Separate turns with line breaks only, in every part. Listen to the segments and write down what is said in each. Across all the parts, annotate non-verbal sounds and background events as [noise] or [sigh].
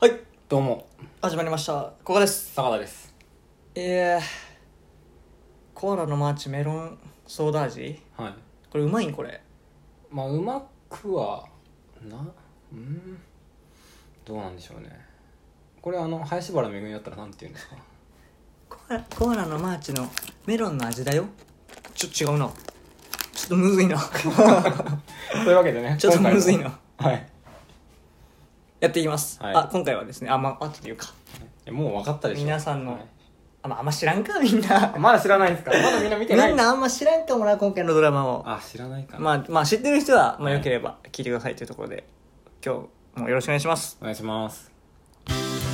はい
どうも
始まりましたここです
坂田です
えー、コアラのマーチメロンソーダ味
はい
これうまいんこれ
まあうまくはなうんどうなんでしょうねこれあの林原めぐみだったらなんて言うんです
[laughs]
か
コアラコアラのマーチのメロンの味だよちょ違うなちょっとむずい [laughs] な
というわけでね
ちょっと
今回も
むずいな
はい
やっていきます、
はい
あ今回はですねあまあ後で言うか
いやもう分かったでしょ
皆さんの
はい
あまああんま知らんかみんな
あまだ知らないですかまだみんな見
み
てない
んなあんま知らんかもな今回のドラマを
あ知らないかな、
まあまあ知ってる人は、まあ、
はい
よければ聞いてくださいというところで、今日もよろしくお願いします
お願いします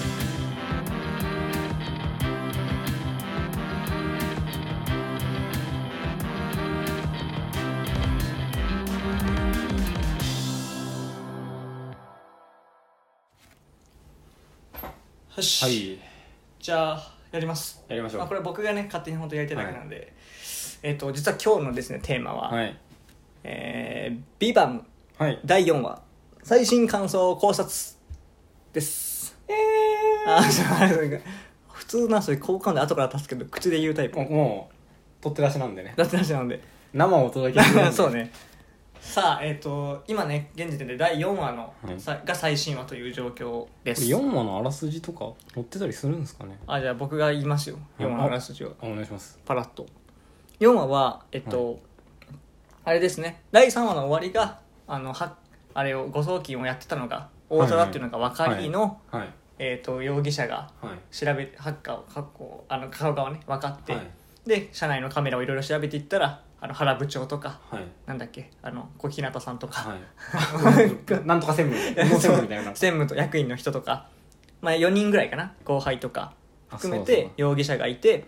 よし、
はい
じゃあやります
やりましょう
まあ、これ僕がね勝手に本当にやりたいだけなんで、えっ、と実は今日のですねテーマは「
はい
えー、ビバン
はい
第4話最新感想考察」です
え
あそうあれなんか普通なそれ好感で後から足すけど口で言うタイ
ー、
プ
もうもう取って出しなんで
[laughs]
ね
だって話なので
生をお届けするんで
[laughs] そうねさあえっ、と今ね現時点で第4話の、
はい
さが最新話という状況です
4話のあらすじとか載ってたりするんですかね
あじゃあ僕が言いますよ4話のあらすじを
あお願いします
パラッと4話はえっと、あれですね第3話の終わりがあのはあれを誤送金をやってたのが大トラっていうのが分かりの、
はい
えっと容疑者が
はい
調べハッカーをかっこあの顔がね分かって、
はい
で社内のカメラをいろいろ調べていったらあの原部長とか
はい
なんだっけあの小日向さんとか、 [laughs]
はい。なんとか専務みたいな。専務みたいな。
専務と役員の人とか、まあ、4人ぐらいかな後輩とか
あ
[laughs] 含め
そうそ
て
う
容疑者がいて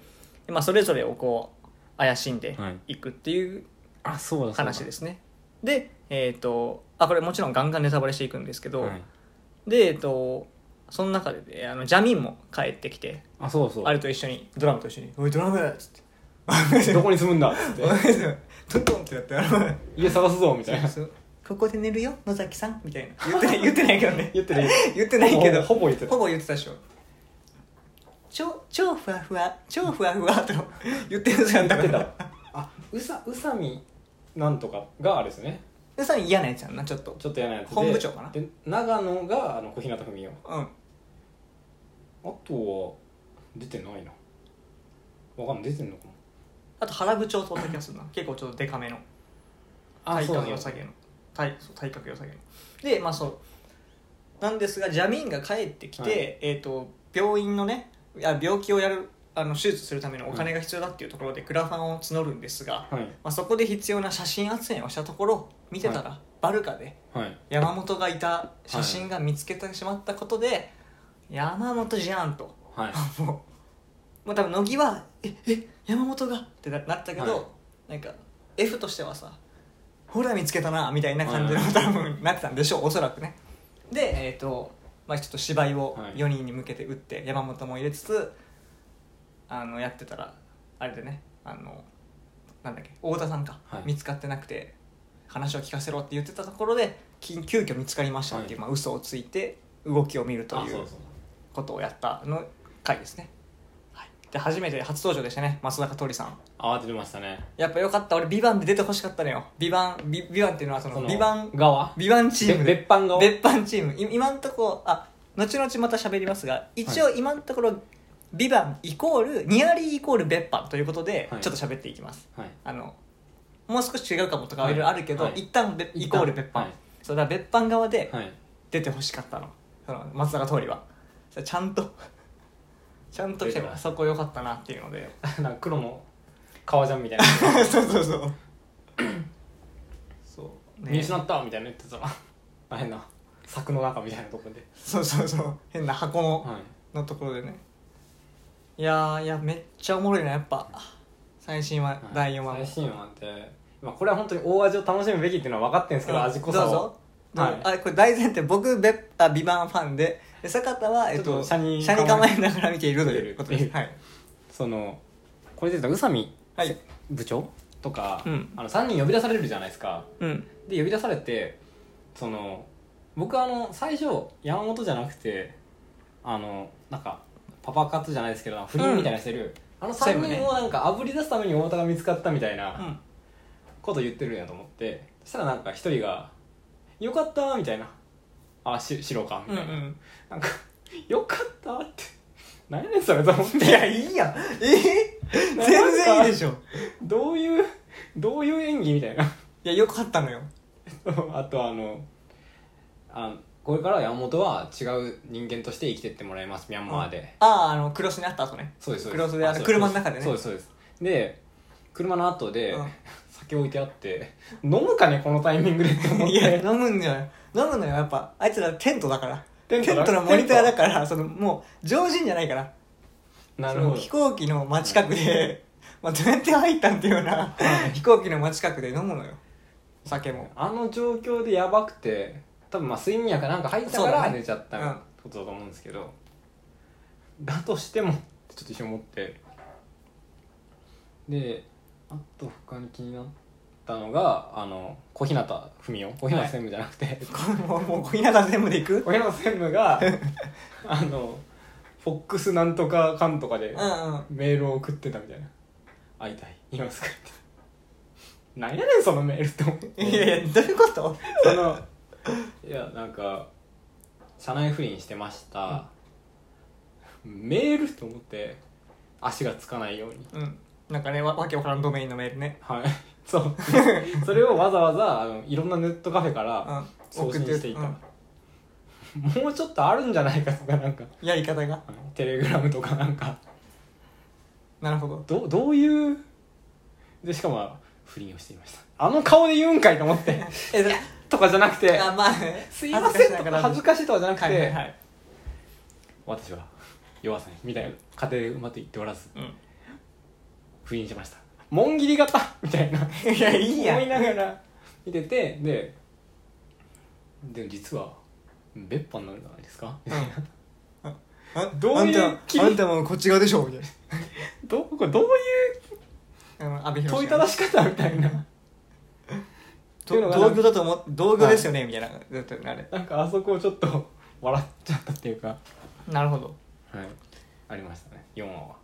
でまあ、それぞれをこう怪しんで
はい
いくっていう
あ、そうだ。。
話ですすね、でえっ、とあこれもちろんガンガンネタバレしていくんですけど、
はい
でえっ、とその中で、えーあのジャミーンも帰ってきて
あ、そうそう。
あれと一緒にドラムと一緒に「おいドラム!」っつって
[laughs] どこに住むんだっつっ
「 [laughs]
て
おい [laughs] トントン」ってやってやる
家探すぞみたいな。
ここで寝るよ野崎さん」みたいな言ってない言ってないけどね
言ってる。
[laughs] 言ってないけど
ほぼほぼ言ってた
ほぼ言ってたでしょ超超ふわふわ超ふわふわと言ってるじゃ
言
ん [laughs] だ
っ
か
てた
ら。
あ、うさ、うさみなんとかがあれですね。
でさらに嫌なやつやんなちょっと
ちょっと嫌なやつで。
本部長かな
で、長野があの小日向文雄。
うん
あとは出てないな。わかんない出てんのかな。
あと原部長とった気がするな結構ちょっとデカめの体
そう
格良さげの体そう体格良さげのでまあそうなんですがジャミーンが帰ってきて、
はい
えー、と病院のねあ病気をやるあの手術するためのお金が必要だっていうところでクラファンを募るんですが、
はい
まあ、そこで必要な写真集めをしたところ見てたら、バルカで
はい。
山本がいた写真が見つけてしまったことで、山本じゃんと
はい。
もうもう多分乃木は「ええ山本が」ってななったけど、
は
なんか F としてはさ「ほら見つけたな」みたいな感じの、
はい
多分なってたんでしょうおそらくねでえっ、とまあちょっと芝居を
はい
4人に向けて打って、山本も入れつつあのやってたらあれでねあのなんだっけ太田さんか、
はい
見つかってなくて話を聞かせろって言ってたところで緊急遽見つかりましたっていう、まあ嘘をついて動きを見る [laughs] と
あ、
い
そううそう。
ことをやったの回ですね、はい、で初めて初登場でしたね松坂桃李さん
あ、出てましたね。
やっぱよかった俺「ビバンで出てほしかったのよ「ビバンビビバンっていうのはその「ビバン
側。
ビバンチーム
べ別班側。
別班チームい今んとこあ後々また喋りますが一応今んところ「ビバンイコールニアリーイコール別班ということで、
はい
ちょっと喋っていきます
はい。
あのもう少し違うかもとか
はい
いろいろあるけど、
はい
一旦べイコール別班、
はい
そうだから別班側で、
はい。
出てほしかったのその松坂桃李はそれちゃんと [laughs] ちゃんと来
出
て
てます
そこ良かったなっていうの
[laughs]
で
[laughs] なんか黒の革ジャンみ [laughs] たいな
そうそうそうそう、
見失ったみたいな言ってたら大変な柵の中みたいなとこで
そうそうそう変な箱の,、
はい
のところでねいやーいやめっちゃおもろいなやっぱ最新話、第4話も
最新話ってまあこれは本当に大味を楽しむべきっていうのは分かってるんですけど、
うん
味濃
ど
さ
う
を
ぞどうぞあこれ大前提僕べあビバンファンでで坂田は、えっ
ちょっと
と、
車に
車に構えながら見ているということで
見
す
て
はい、
そのこれで言うと宇佐美
はい
部長とか、
うん
あの3人呼び出されるじゃないですか
うん、
で呼び出されてその僕あの最初山本じゃなくてあのなんかパパ活じゃないですけど不倫みたいなしてる、あの
そうよ
3
ね
人をなんかあぶり出すために太田が見つかったみたいな、
うん
こと言ってるんやと思ってそしたらなんか一人が「よかった」みたいな「あし白か」
う
み
ん
た
う
いな、
ん
なんか「よかった」って何やねんそれと思って
いやいいやんえ全然いいでしょい
どういうどういう演技みたいな
やよかったのよ
[laughs] あとあのあこれから山本は違う人間として生きてってもらいますミャンマーで、
あああのクロスにあった後ね
そうですそう
ク
です
ロスであの
そう
車の中でね
そうですそうですで車の後で、
うん
酒置いてあって飲むかねこのタイミングでって思っ
いや
て
飲むんじゃない飲むのよやっぱあいつらテントだから
テ
テ
ン
ン
トだ
トのモニターだからそのもう常人じゃないから
なるほ
その
ど
飛行機の真近くで、まあ、どうやって入ったんっていうような飛行機の真近くで飲むのよお酒も
あの状況でやばくて多分まあ睡眠薬かなんか入ったか
そうだ
ら
ね
寝ちゃった
うん
ことだと思うんですけど、だとしてもちょっと一瞬思ってであと他に気になったのがあの小日向文雄小日向専務じゃなくて、
これもうもう小日向全部で行く
[laughs] 小日向専務があのフォックスなんとかかんとかで
うんうん
メールを送ってたみたいな「会いたい今すぐ」って何やねんそのメールって思って
いやいやどういうこと
そのいやなんか社内不倫してました、メールと思って足がつかないように
うんなんかねわわけわからんドメインのメールね
はい [laughs] そうそれをわざわざあのいろんなネットカフェか
う
ら
ん
送信していた、
うん
もうちょっとあるんじゃないかとかなんか
やり方が
テレグラムとかなんか
なるほど
どどういうでしかも不倫をしていましたあの顔で言うんかいと思って
え
とかじゃなくて
あまあね
すいませんとか恥
恥
ず
ずか
か
し
しいとかじゃな
な
く
く
て、
てはいはいはい
私は弱さにみたいな家庭でうまくいっておらず
うん
不倫しました紋切り型みたいない
やいいやん
思いながら見ててででも実は別班なんじゃないですか、
あ [laughs]
どういう
あんた
切り
あんたもこっち側でしょみたいな
どうこれどういう
うん阿部寛
問いただし方みたいなっていうの
と
が
同業だと思同業ですよねみたいなだったよねあれ
なんかあそこをちょっと笑っちゃったっていうかはい
なるほど
ありましたね4話は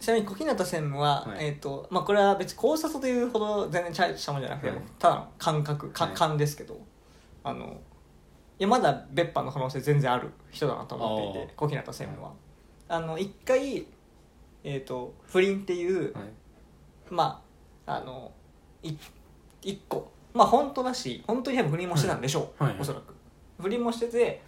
ちなみに小日向専務は、
はい
えっ、とまあこれは別に考察というほど全然ちゃしたもんじゃなくて、
はい
ただの感覚か
はい
感ですけど、あのいやまだ別班の可能性全然ある人だなと思ってい
あ
て小日向専務は、あの一回えっ、と不倫っていう、
はい
まああのい一個まあ本当だし本当に多分不倫もしてたんでしょう、
はいはい
おそらく不倫もしてて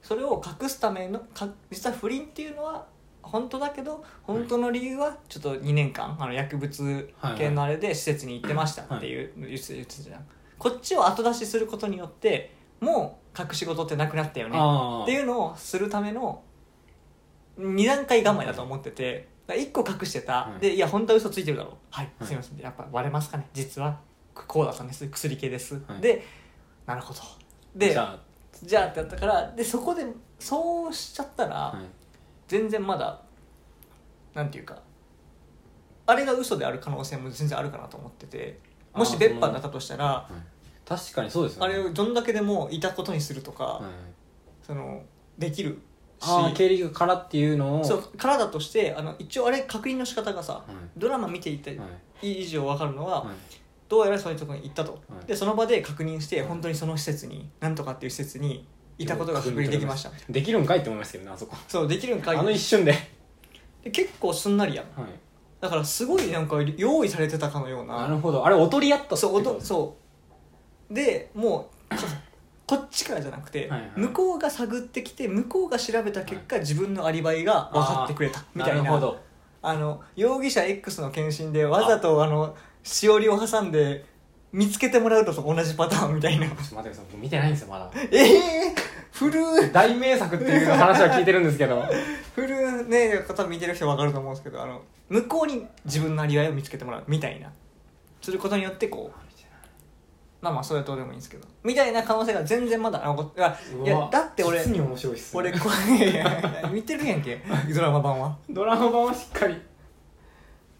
それを隠すためのか実は不倫っていうのは本当だけど本当の理由はちょっと2年間あの薬物系のあれで施設に行ってましたっていう言って言ってたじゃんこっちを後出しすることによってもう隠し事ってなくなったよね
ああ
っていうのをするための2段階構えだと思ってて1個隠してた、
うん
でいや本当は嘘ついてるだろうはい
はい
すいません、やっぱ割れますかね実はこうだったんです薬系です、
はい
でなるほどで
じ
じ
ゃ
ゃあ
あ
ってやったからでそこでそうしちゃったら、
はい
全然まだなんていうかあれが嘘である可能性も全然あるかなと思ってても
あ
し
ー
別班だったとしたら
はい確かにそうですよ
あ
ね
れをどんだけでもいたことにするとか、
はい
そのできるし
ああ経理からっていうのを
そうからだとしてあの一応あれ確認の仕方がさ、
はい
ドラマ見ていた
はい
以上分かるのは、
はい
どうやらそういうところに行ったと、
はい
でその場で確認して本当にその施設になんとかっていう施設にいたことが確認できました
できるんかいって思いましたけどねあそこ
そうできるんか
あの
い
一瞬で
で結構すんなりやん
はい
だからすごいなんか用意されてたかのような
なるほどあれおとりやった
そうおと
う
そうでもうかこっちからじゃなくて、
はいはい
向こうが探ってきて向こうが調べた結果、自分のアリバイが分かってくれたみたいな
るほど
あの容疑者 X の検診でわざとあのしおりを挟んで見つけてもらうのと同じパターンみた
[laughs]
いな
ちょっと待ってください僕見てないんですよまだ
ええー、古ー
大名作っていう話は聞いてるんですけどはい
古ーね方見てる人分かると思うんですけどあの向こうに自分のアリバイを見つけてもらうみたいなすることによってこうまあまあそれはどうでもいいんですけどみたいな可能性が全然まだ残っていや [laughs] いうや
わ
だって俺
実に面白いっすね
俺こういやいやいや見てるやん
[laughs]
けドラマ版は
ドラマ版はしっかり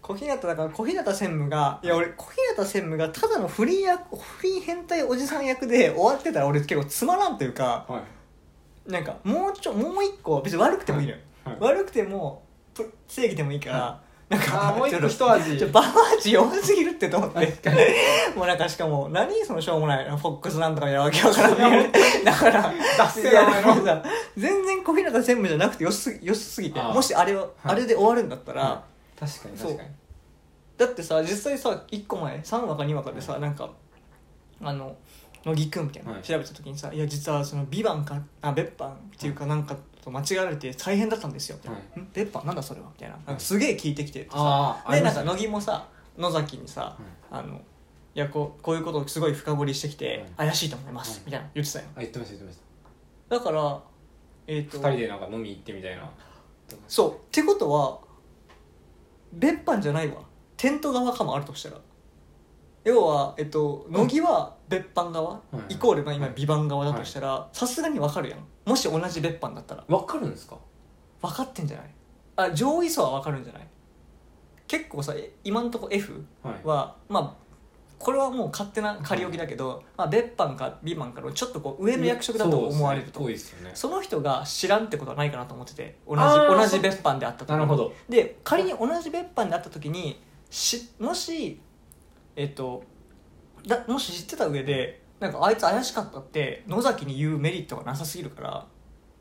小日向だから小日向専務がいや俺小日向専務がただの不倫役不倫変態おじさん役で終わってたら俺結構つまらんというか
はい
なんかもうちょもう一個別に悪くてもいいのよ、
はい
悪くてもプロ正義でもいいから、なんか
あーもう一個
ちょっと
一味
ちょっとババア味弱すぎるってと思って
確かに
もうなんかしかも何そのしょうもないフォックスなんとかやわけわからんねだから
ダッセーなお前の
いやだからさ全然小日向専務じゃなくてよすぎよすぎて
あー
もしあれを、
はい
あれで終わるんだったら、
確かに
そう
確かに
だってさ実際さ1個前3話か2話かでさなんかあの乃木くんみたいな、
はい
調べた時にさ「いや実はそのビバンかあ別班っていうかなんかと間違われて大変だったんですよ」みたいな
は
「ん別班なんだそれは」みたいななんかすげえ聞いてきててさ
あーあ
で
りま
なん
し
か
たね
乃木もさ野崎にさ「あのいやこうこういうことをすごい深掘りしてきて、怪しいと思います」
はい
みたいな言ってたよ
あ言ってました言ってまし
だからえっ、と
た二人でなんか飲み行ってみたいな
そうってことは別班じゃないわテント側かもあるとしたら要は、えっと、乃木は別班側、
はい
イコールまあ今美版側だとしたらさすがに分かるやんもし同じ別班だったら
わかるんですか
分かってんじゃないあ上位層は分かるんじゃない結構さえ今のとこ F
はい
はまあこれはもう勝手な仮置きだけど、まあ、別班か美版かのちょっとこう上の役職だと思われると
そうですね遠いです
その人が知らんってことはないかなと思ってて同じ
あー
同じ別班であった
よ
と
ねなるほど
で仮に同じ別班であった時にしもしえっとだもし知ってた上でなんかあいつ怪しかったって野崎に言うメリットがなさすぎるから
あ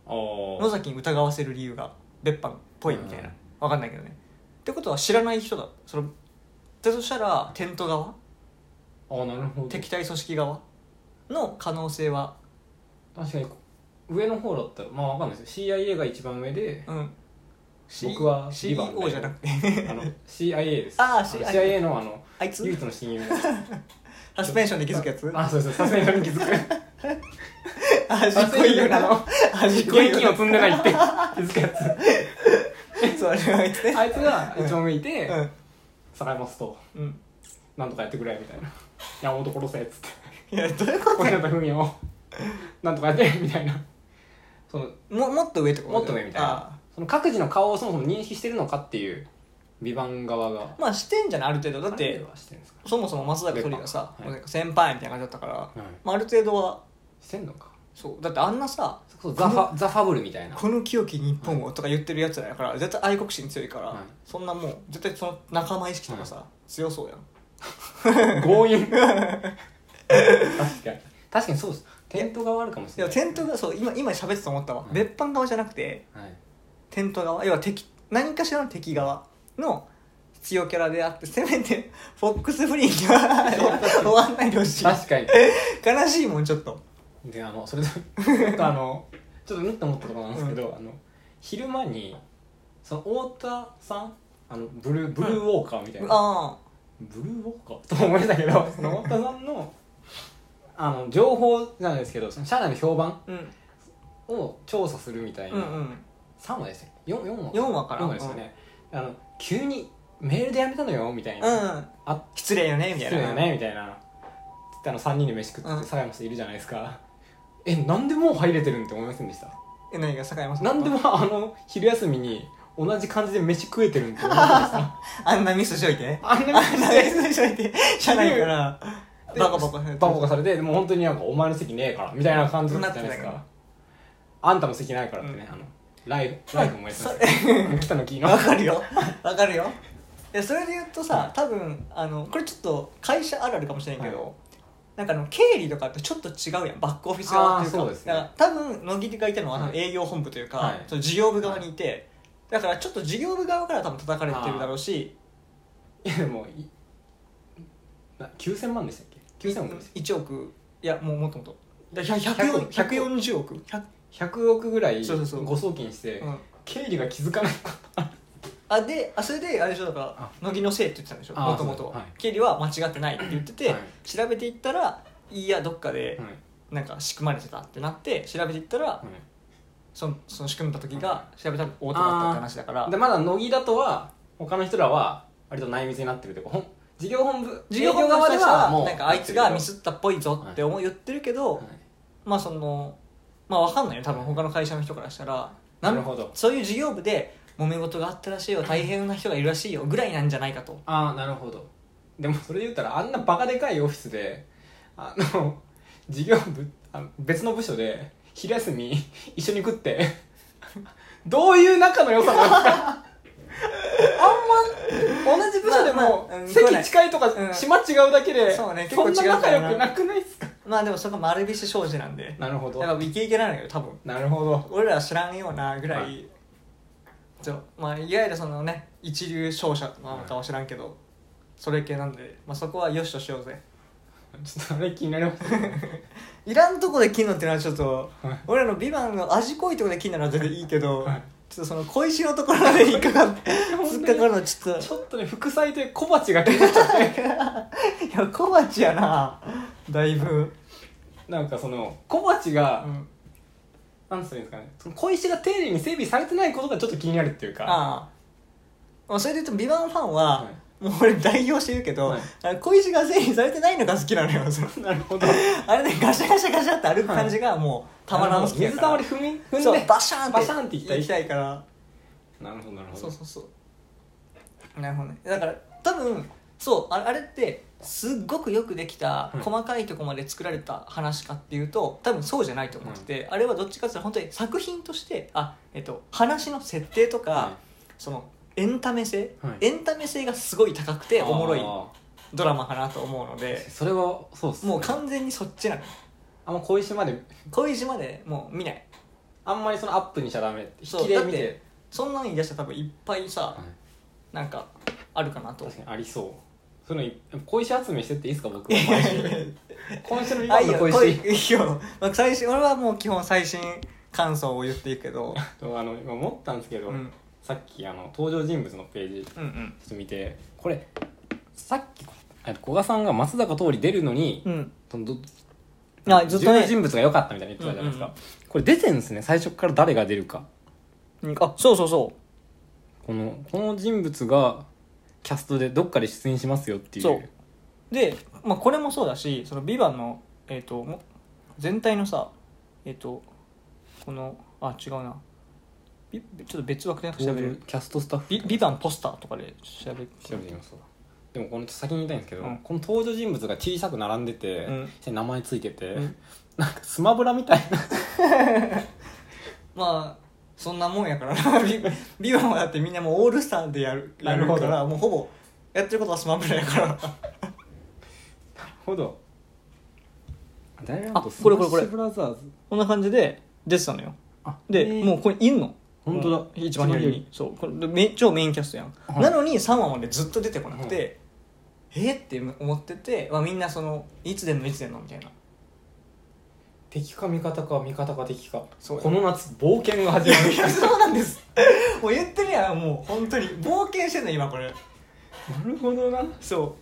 野
あ
崎に疑わせる理由が別班っぽいみたい
う
な
ん
わかんないけどねってことは知らない人だそのでそしたらテント側
あーなるほど
敵対組織側の可能性は
確かに上の方だったらまあわかんないですよ CIA が一番上 [laughs] で
うん、C-
僕はリバンだよ
CEO じゃなく
[laughs]
て
あの CIA です
あー
CIA,
CIA
のあの
あいつ
唯一の親友
サスペンションで気づくやつ [laughs]
あそうそうさすがに気づく
味濃いよな
あの
味濃
[laughs]
い
現
よ
金を積
な
んでないって [laughs] 気づくや [laughs] つ [laughs]
そうあれはあいつね
あいつが一番上いて
うん
下がりますと
うん
なんとかやってくれみたいな山本殺せっつって
いやどういうこ
小日向文雄をなんとかやってみたいなその
とももっと上ってこと
もっと上みたいな
あ
その各自の顔をそもそも認識してるのかっていう美版側が
あまあしてんじゃないある程度だっ
あれ
て
はしてるんですか
そもそも松坂桃李がさ、
はい
なんか先輩みたいな感じだったから、
はい
まあ、ある程度は
してんのか
そうだってあんなさ
そこそザファザ・ファブルみたい
「
な
この清き日本を」とか言ってるやつらやから絶対愛国心強いから、
はい
そんなもう絶対その仲間意識とかさ、強そうやん
強引確かに確かにそうですテント側あるかもし
い
れ
や
ない
テントがそう今今喋ってて思ったわ、
はい
別班側じゃなくて
はい
テント側要は敵何かしらの敵側の強キャラであってせめて [laughs] フォックスフリーが終わんないでほしい
確か
悲しいもんちょっと
にであのそれで [laughs] あとあのちょっとうんって思ったところなんですけど、あの昼間にその太田さんあのブルーブルーウォーカーみたいな、
あ
ブルーウォーカーと思いましたけどその太田さんのあの情報なんですけどその社内の評判
あ、うん、
を調査するみたいな、
うんうん
3話でしたっけ 4, 4話
4話から
4話ですよね、あの急にメールでやめたのよみたいな、
うんうん
あっ
失礼よねみたいな
失礼だねみたいなつってあの3人で飯食って
うん
佐山しているじゃないですか、えなんでもう入れてるんって思いませんでした
え何が坂山さん
なんでもあの昼休みに同じ感じで飯食えてるんって思いませんでした
あんなミスしといて
あんな
[laughs] あんな
感じ
ミ
で
スしといて社内から
[laughs] で
バカバカされて
バカバカされてでも本当になんかお前の席ねえからみたいな感じだったじゃないです
なってた
かあんたも席ないからってね、
うん
あのライフライフもやってましたよ北野キーの
わかるよ [laughs] わかるよいやそれで言うとさ多分あのこれちょっと会社あるあるかもしれんけど、
はい
なんかあの経理とかってちょっと違うやんバックオフィス側っていうか
あーそうですね
だから多分乃木がいたのは、
はい
営業本部というか、
はい
その事業部側にいて、だからちょっと事業部側から多分叩かれてるだろうし
いやでもいな9000万でしたっけ9000億でし
1億いやもうもっともっと
たっけ
140
100
140億100
100億ぐらい
そうそうそう
誤送金して
うん
経理が気づかない
あであそれであれでしょだから
あ
乃木のせいって言ってたんでしょ
あー
もともと
そうはい
経理は間違ってないって言ってて、
はい
調べていったらいやどっかで
はい
なんか仕組まれてたってなって調べていったらそのその仕組んだ時が調べたら大手だったって話だから
でまだ乃木だとは他の人らは割と内密になってるというかほん事業本部
事業本部側で
営業
は
もう
なんかあいつがミスったっぽいぞって思い言ってるけど、
はい
まあそのまあわかんないよ多分他の会社の人からしたら
なるほど
そういう事業部で揉め事があったらしいよ大変な人がいるらしいよぐらいなんじゃないかと
ああなるほどでもそれで言ったらあんなバカでかいオフィスであの事業部あの別の部署で昼休み一緒に食ってどういう仲の良さなん
[laughs]
ですかあんま同じ部署でも
まあまあうん来な
席
い
近いとか
うん
島違うだけでそ
そうね結構
ん
違う
な
から
仲
な
良くなくないですか
まあでもそこ丸菱商事なんで
なるほど
やっぱイケイケなのよ多分
なるほど
俺らは知らんようなぐらい、
はい
そうまあいわゆるそのね一流商社なのかは知らんけど、それ系なんで、まあ、そこはよしとしようぜ
ちょっとあれ気になりま [laughs] したね
いらんとこで切んのってのはちょっと、
はい
俺らの「美版の味濃いとこで切んなら全然いいけ [laughs] ど、
はい
ちょっとその小石のところで引っかかって突っかかるのちょっと
ちょっとね副菜で小鉢が気になっちゃって
いや小鉢やなだいぶ、
なんかその小鉢が、
うん
なんつうんですかねその小石が丁寧に整備されてないことがちょっと気になるっていうか
ああまあそれで言うと「美版ファンは、
は
もう俺代表して言うけど、
はい
あの小石が整理されてないのが好きなのよ [laughs] その
なるほど
あれねガシャガシャガシャって歩く感じがもうたまらん好きや
水
か
た
ら
まり踏み踏ん
そう
で
バシャーンって
バシャーンって行きたい
行きたいから
なるほどなるほど
そうそうそうなるほどねだから多分そうあれあれってすっごくよくできた
うん
細かいとこまで作られた話かっていうと多分そうじゃないと思ってて、あれはどっちかっていうと本当に作品としてあ、えっと、話の設定とか、
は
そのエンタメ性、
はい
エンタメ性がすごい高く
い
ておもろい
あ
ドラマかなと思うので
ーそれはそうっすね
もう完全にそっちなの
あんま小石まで
小石までもう見ない
あんまりそのアップにしちゃダメ引
そう
きで
だっ
見て
てそんなの言い出したら多分いっぱいさ
はい
なんかあるかなと
確かにありそうそういうのい小石集めしてっていいですか僕は毎
[laughs]
週
あ
今週のリバウン
いい
ド
よ
小
こい
石
いいよ、まあ、最新俺はもう基本最新感想を言っていくけど、
[laughs] とあの今思ったんですけ
うん、
ど、
うん
さっきあの登場人物のページちょ
うん
っと見てこれさっきあの古賀さんが松坂桃李出るのに、
うん
そのど
あずっとね
重要人物が良かったみたいに言ってたじゃないですか、
うんうん
これ出てるんですね最初から誰が出るか
うんあそうそうそ
このこの人物がキャストでどっかで出演しますよっていう
そううで、まあ、これもそうだし「そのビバンの、えー、とも全体のさえっ、とこのあ違うなビちょっと別枠でなんか調べる
キャストスタッフ
ビビバンポスターとかで調べる
調べてみますわでもこの先に言いたいんですけど、
うん
この登場人物が小さく並んでて、
うん
そして名前ついてて、
うん
なんかスマブラみたいな
まあそんなもんやから [laughs] なビビバンはだってみんなもうオールスターでやるやるか
なる
らもうほぼやってることはスマブラやから
ほどダイヤモン
あ
ドス
こ
マ
れこれ
ッ
こ
シ
れ
ュブラザーズ
[laughs] こんな感じで出てたのよ
あ
で、もうこれいんの
本当だ
もう一番左
一番左
にそうこれでめ超メインキャストやん、
はい
なのに3話までずっと出てこなくて、えーって思ってて、まあ、みんなそのいつでんのいつでんのみたいな
敵か味方か味方か敵か
そう
この夏冒険が始まる [laughs]
いやそうなんですもう言ってるやんもう本当に冒険してんの今これ
なるほどな
そ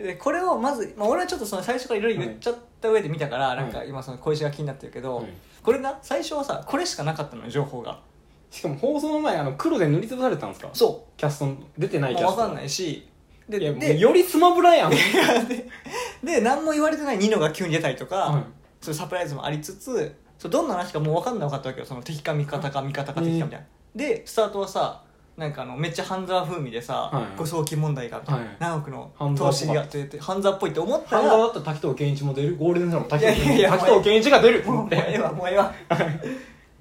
うでこれをまず、まあ、俺はちょっとその最初からいろいろ言っちゃった上で見たから、
い
なんか今その小石が気になってるけど、
はい
これな最初はさこれしかなかったのよ情報が
しかも放送の前あの黒で塗りつぶされたんですか
そ
キャストの出て
う、
ない
も
キ
う
ャ
分
スト
かんないしで
いやもう
で
よりスマブラやんはい
で何も言われてないニノが急に出たりとか、
はい
そういうサプライズもありつつそうどんな話かもう分かんなかったわけよその敵か味方か味方か敵かみたいな、でスタートはさなんかあのめっちゃ半沢風味でさ、
はい
誤送金問題がみたいな、
はい
何億の
半沢
投
っぽ
資
い
がって言って半沢っぽいって思った
ハンガーだ
ら
ったら滝藤健一も出るゴールデンサム滝
いや
藤
いやい
健一
や
滝藤健一が出る
もうもうええわもうええわ
はい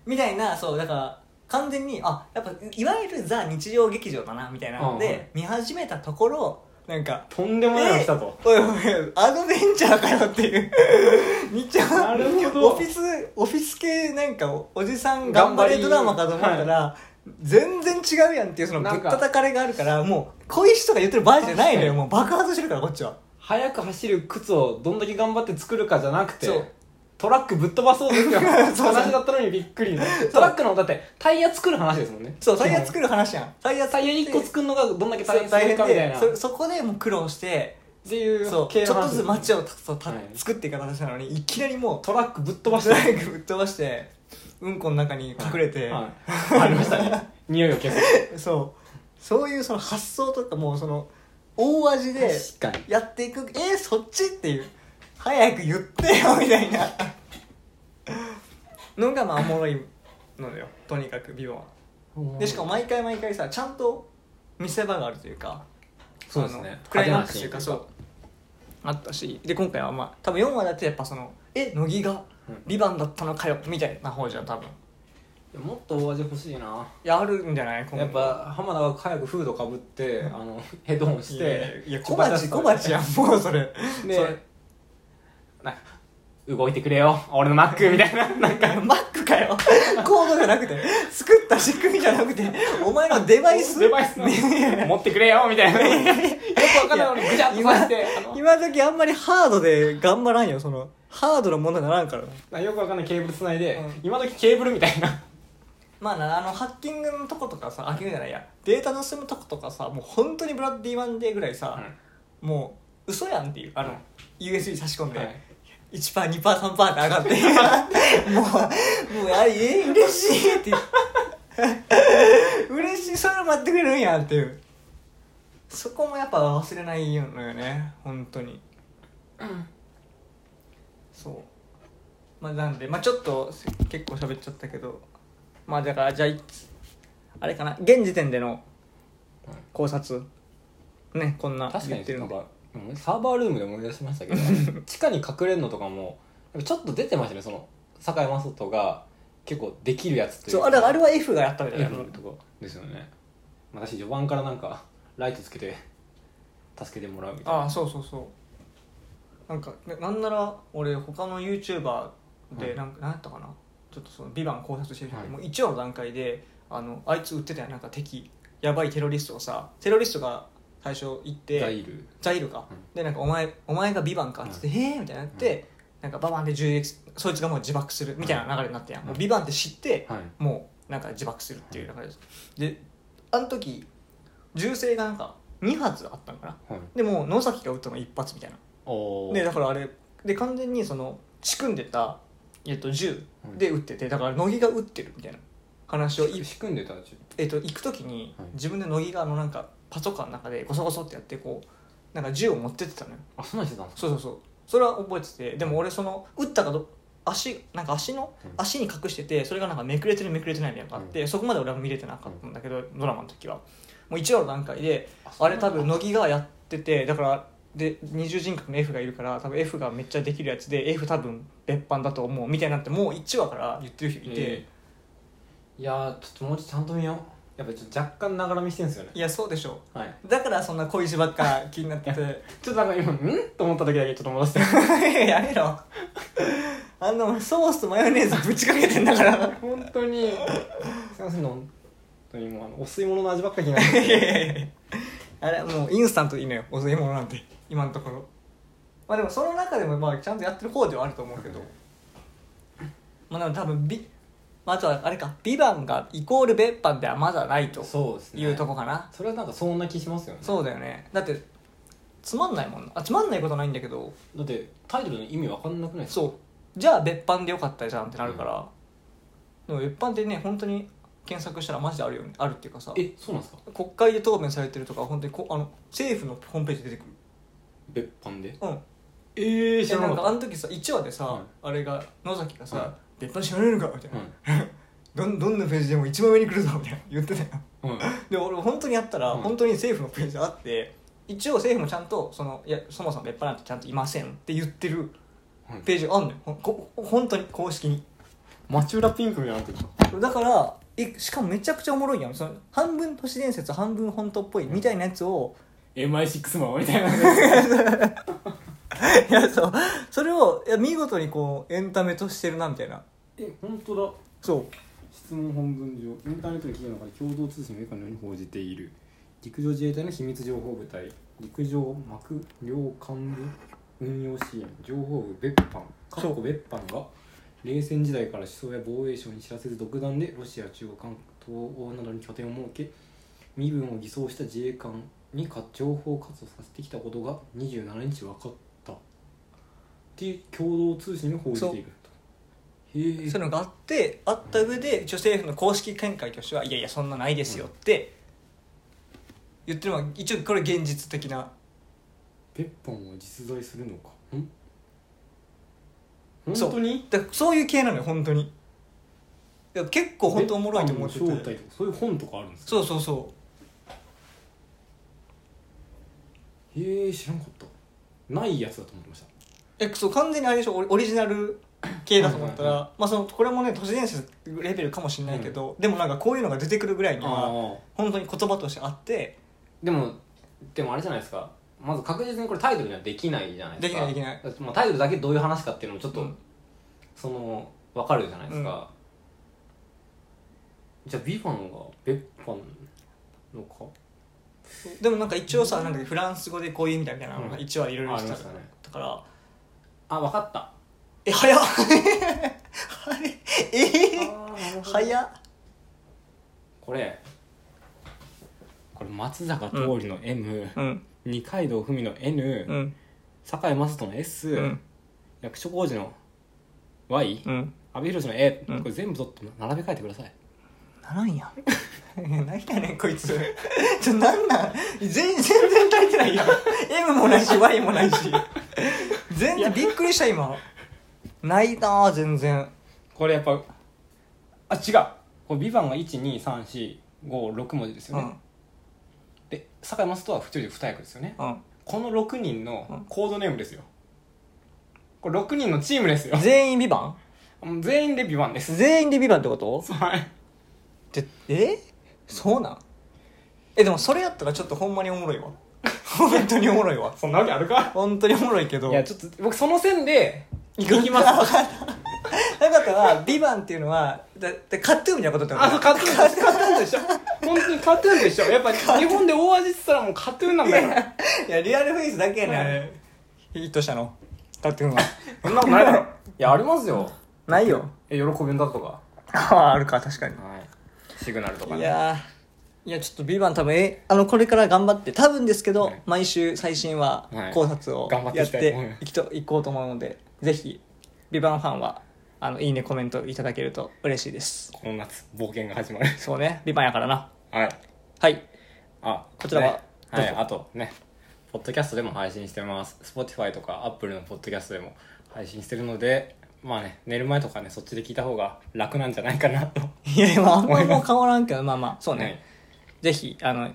みたいなそうだから完全にあやっぱいわゆるザ日常劇場だなみたいなの
うんはい
で見始めたところなんか
とんでもないの来たと
えおいおいおいアドベンチャーかよっていう [laughs] 日曜
なるほど
オフィスオフィス系なんかおおじさん頑張れドラマかと思った
頑
ら、全然違うやんっていうそのぶ
な
っ
んか
叩かれがあるからもう小石とか言ってる場合じゃないのよもう爆発してるからこっちは
早く走る靴をどんだけ頑張って作るかじゃなくて
そう
トラックぶっ飛ば [laughs] そうですよ
そう
話だったのにびっくりトラックのだってタイヤ作る話ですもんね
そうタイヤ
る
作る話やんタイヤ
タイヤ1個
る
作るのがどんだけ大変す
大
る
変
かみたい
で
なっ
そそこでもう苦労して
ていう
そうちょ
系
っ
の話
とずつ街をそうた
はい
作っていく形なのにいきなりもう
トラックぶっ飛ばして
トラッ [laughs] クぶっ飛ばしてうんこの中に隠れて、
はい、ありましたね匂いを消す
そうそういうその発想とかもうその大味で
確かに
やっていくえー、そっちっていう早く言ってよみたいなのがまあおもろいのよとにかく美はでしかも毎回毎回さちゃんと見せ場があるというか
そうですね
あのクライマックスという
派手なシーン
かそうあったしで今回はまあ多分4話だってやっぱそのえ乃木が
うん
ビバンだったのかよ」みたいな方じゃん多分い
いやもっと大味欲しいな
やあるんじゃない今後
やっぱ浜田が早くフードかぶって、あのヘッドホンし
してていや小鉢小鉢やんもうそれ
で
それ
なんか動いてくれよ俺のマックみたいな
なんかマックかよコードじゃなくて作った仕組みじゃなくてお前のデバイス
デバイスの
ね
持ってくれよみたいなよくわかんないのにぐちゃっとさしてあの
今時あんまりハードで頑張らんよそのハードのものにならんから
なんかよくわかんないケーブルつないで、
うん
今時ケーブルみたいな
まあなあのハッキングのとことかさハッキングじゃないやデータ盗むとことかさもう本当にブラッディマンデーぐらいさ、もう嘘やんっていうあの、
うん
USB 差し込んで、
はい
1パー2パー3パーって上がってもうもうあれえ嬉しいっていう嬉しいそれ待ってくれるんやっていうそこもやっぱ忘れないのよね本当にそうまあなんでまあちょっと結構喋っちゃったけどまあだからじゃあいつあれかな現時点での
うん
考察ねこんな
確か
言って
に
る
なんん
で
かうんサーバールームで思い出しましたけど [laughs] 地下に隠れるのとかもやっぱちょっと出てましたねその坂井雅人が結構できるやつという
そうあれあれは F がやったみたいな
F のとこですよね私序盤からなんかライトつけて助けてもらうみたいな
ああそうそうそうなんかななんなら俺他の YouTuber
は
で
い
なんか、なんやったかなちょっとその「ビバン考察してる人、
はい
もう1話の段階であのあいつ売ってたやんなんか敵やばいテロリストをさテロリストが最初行って
ザイール
ザイルか、
うん
でなんかお前「お前がビバンか」っつって「へえ」みたいになって、なんかババンで銃撃すそいつがもう自爆するみたいな流れになってやん、
うん
もうビバンって知って、
はい
もうなんか自爆するっていう流れです、であの時銃声がなんか2発あったのかな
はい
でも野崎が撃ったの一発みたいな
おー
でだからあれで完全にその仕組んでた、えっと、銃で撃っててだから乃木が撃ってるみたいな話を、い
仕組んでたちょ
えっと、行く時に
はい
自分で乃木があのなんかパソコンの中でゴソゴソってやってこうなんか銃を持ってってたのよ
あそんなんしてたんですか
そうそうそうそれは覚えててでも俺その打ったかど足なんか足の
うん
足に隠しててそれがなんかめくれてるめくれてないみたいなのがあって、そこまで俺は見れてなかったんだけど、ドラマの時はもう1話の段階であれ多分乃木がやっててだからで二重人格の F がいるから多分 F がめっちゃできるやつで F 多分別班だと思うみたいになってもう1話から言ってる人いて、
えーいやーちょっともうちょっとちゃんと見ようやっぱちょっと若干ながら見してるんですよね
いやそうでしょ
はい、
だからそんな小石ばっか気になってて
ちょっとなんか今んと思った時だけちょっと戻して
やめろあのソースとマヨネーズぶちかけてんだから
[laughs] 本当にすいません本当にもうあのお吸い物の味ばっかりになっ
いやい
て
やいやあれもうインスタントいいのよお吸い物なんて今のところまあでもその中でもまあちゃんとやってる方ではあると思うけどまあでも多分ビ、まあ、あとはあれか「ビバンがイコール別班ではまだないと
そうですね
いうとこかな
それはなんかそんな気しますよね
そうだよねだってつまんないもんなあつまんないことないんだけど
だってタイトルの意味わかんなくないですか
そうじゃあ別班でよかったじゃんってなるから、でも別班ってね本当に検索したらマジであるよねあるっていうかさ
えそうなんですか
国会で答弁されてるとか本当にこあの政府のホームページで出てくる
別班で
うん
ええ
えなんかあの時さ1話でさ、
はい
あれが野崎がさ「
は
別班知らねえのか」みたいな、どん「どんなページでも一番上に来るぞ」みたいな言ってたよ
うん、うん、
で俺本当にやったら、
うん
本当に政府のページあって一応政府もちゃんとその「いやそもそも別班なんてちゃんといません」って言ってる
はい
ページあんのよほんこ本当に公式に
町浦ピンクみたいになってきた
だからえしかもめちゃくちゃおもろいやんその半分都市伝説半分本当っぽいみたいなやつを
MI6 マンみたいない
やそうそれをいや見事にこうエンタメとしてるなみたいな
え本当だ
そう
質問本文上インターネットの企業の中で共同通信を以下のように報じている陸上自衛隊の秘密情報部隊陸上幕僚幹部運用支援情報部別班過
そう
去別班が冷戦時代から思想や防衛省に知らせず独断でロシア中央関東欧などに拠点を設け身分を偽装した自衛官にか情報活動させてきたことが27日分かったっていう共同通信を報じているとへえ
そういうのがあってあった上で一応政府の公式見解としてはいやいやそんなないですよって言ってるのは一応これ現実的な
別班は実在するのかん
そう
本当に
だからそういう系なのよ本当にいや結構本当おもろいと思って
別班の正
て
体とかそういう本とかあるんですか
そうそうそう
へえ知らんかったないやつだと思ってました
えそう完全にあれでしょオリオリジナル系だと思った
はいはい
らまあそのこれもね都市伝説レベルかもしれないけど、でもなんかこういうのが出てくるぐらいには
ああ
本当に言葉としてあって
でもでもあれじゃないですかまず確実にこれタイトルにはできないじゃないですか
できないで
きない、まあ、タイトルだけどういう話かっていうのもちょっと、
うん
その分かるじゃないですか、じゃあ「ビファンが別班のか
でもなんか一応さなんかフランス語でこういう意味だみたいなのが
うん
一話いろいろ
あ
し
り
た
ま
か
したね
だから
あ分かった
え早っ [laughs] あれえー
あーなるほど
早っ
これこれ松坂桃李の M、
うん
二階堂ふみの N、
うん
堺井雅人の S、
うん
役所広司の Y、
うん
阿部寛の A、
うん
これ全部取って並べ替えてください
ならんやん何やねんこいつちょなんなん全全然足りてないよ M もないし Y もないし全然びっくりした今ないなあ全然
これやっぱあ違うこれ「ビバンは12345文字です
う
よね、
ん
で堺井雅人は一人で二役ですよね
うん
この6人
うん
のコードネームですよこれ6人のチームですよ
全員ビバ
もう全員でビバンで
ン
[laughs] す
全員でビバンってこと
はい
でえそうなんえでもそれやったらちょっとほんまにおもろいわ [laughs] 本当におもろいわ
そんなわけあるか
本当におもろいけど
いやちょっと僕その線でいきます
あわかったなかったら「ビバンっていうのはだだカットゥーンみたいなことってこと
あそうカトゥーンカトゥーンでしょ本当にカトゥーンでしょやっぱ日本で大味って言ったらもうカトゥーンなんだよ
いやリアルフェイスだけやねんあ
は
れヒットしたのカットゥー
[laughs]
ンは
そんなことないだろいやありますよ
ないよ
え喜びんだとか
あああるか確かに
はいシグナルとか
い
ね
やーいやちょっと「ビバン多分えあのこれから頑張って多分ですけど、
はい
毎週最新話
はい
考察を
頑張って
や
い
っ
きたい
ていきといこうと思うのでぜひ「ビバンファンはあのいいねコメントいただけると嬉しいです
この夏冒険が始まる
そうね「ビバンやからな [laughs]
はい
はい
あ
こちらは
ねは
ど
いう
ぞ
あとねポッドキャストでも配信してます Spotify とか Apple のポッドキャストでも配信してるのでまあね寝る前とかねそっちで聞いた方が楽なんじゃないかなと
いやまああんまもう変わらんけどまあまあそうね、
はい
ぜひあの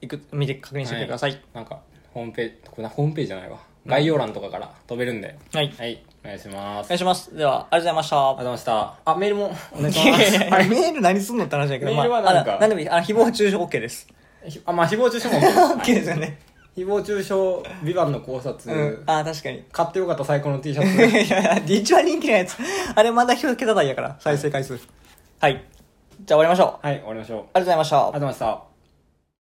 いく見て確認してみてください
なんかホームページこれなホームページじゃないわ概要欄とかから飛べるんで
はい、
はいお願いしま
お
すありがとう
願いしますではありがとうございました
ございましたあメールもお
い
願いし
や
ま
い
す
や [laughs] いやメール何すんのって話だけど、
メールは
まあ
なんか
あの何でもいいあの誹謗中傷 OK です [laughs]
ひあまあ誹謗中傷も [laughs] OK で
OK
す
ですよね、
誹謗中傷美版の考察、
うん、あー確かに
買ってよかった最高の T シ
い
ャ
や
ツ
いや一番人気のやつあれまだ1桁台やから再生回数はい、じゃあ終わりましょう
はい終わりましょう
ありがとうございました
ありがとうございました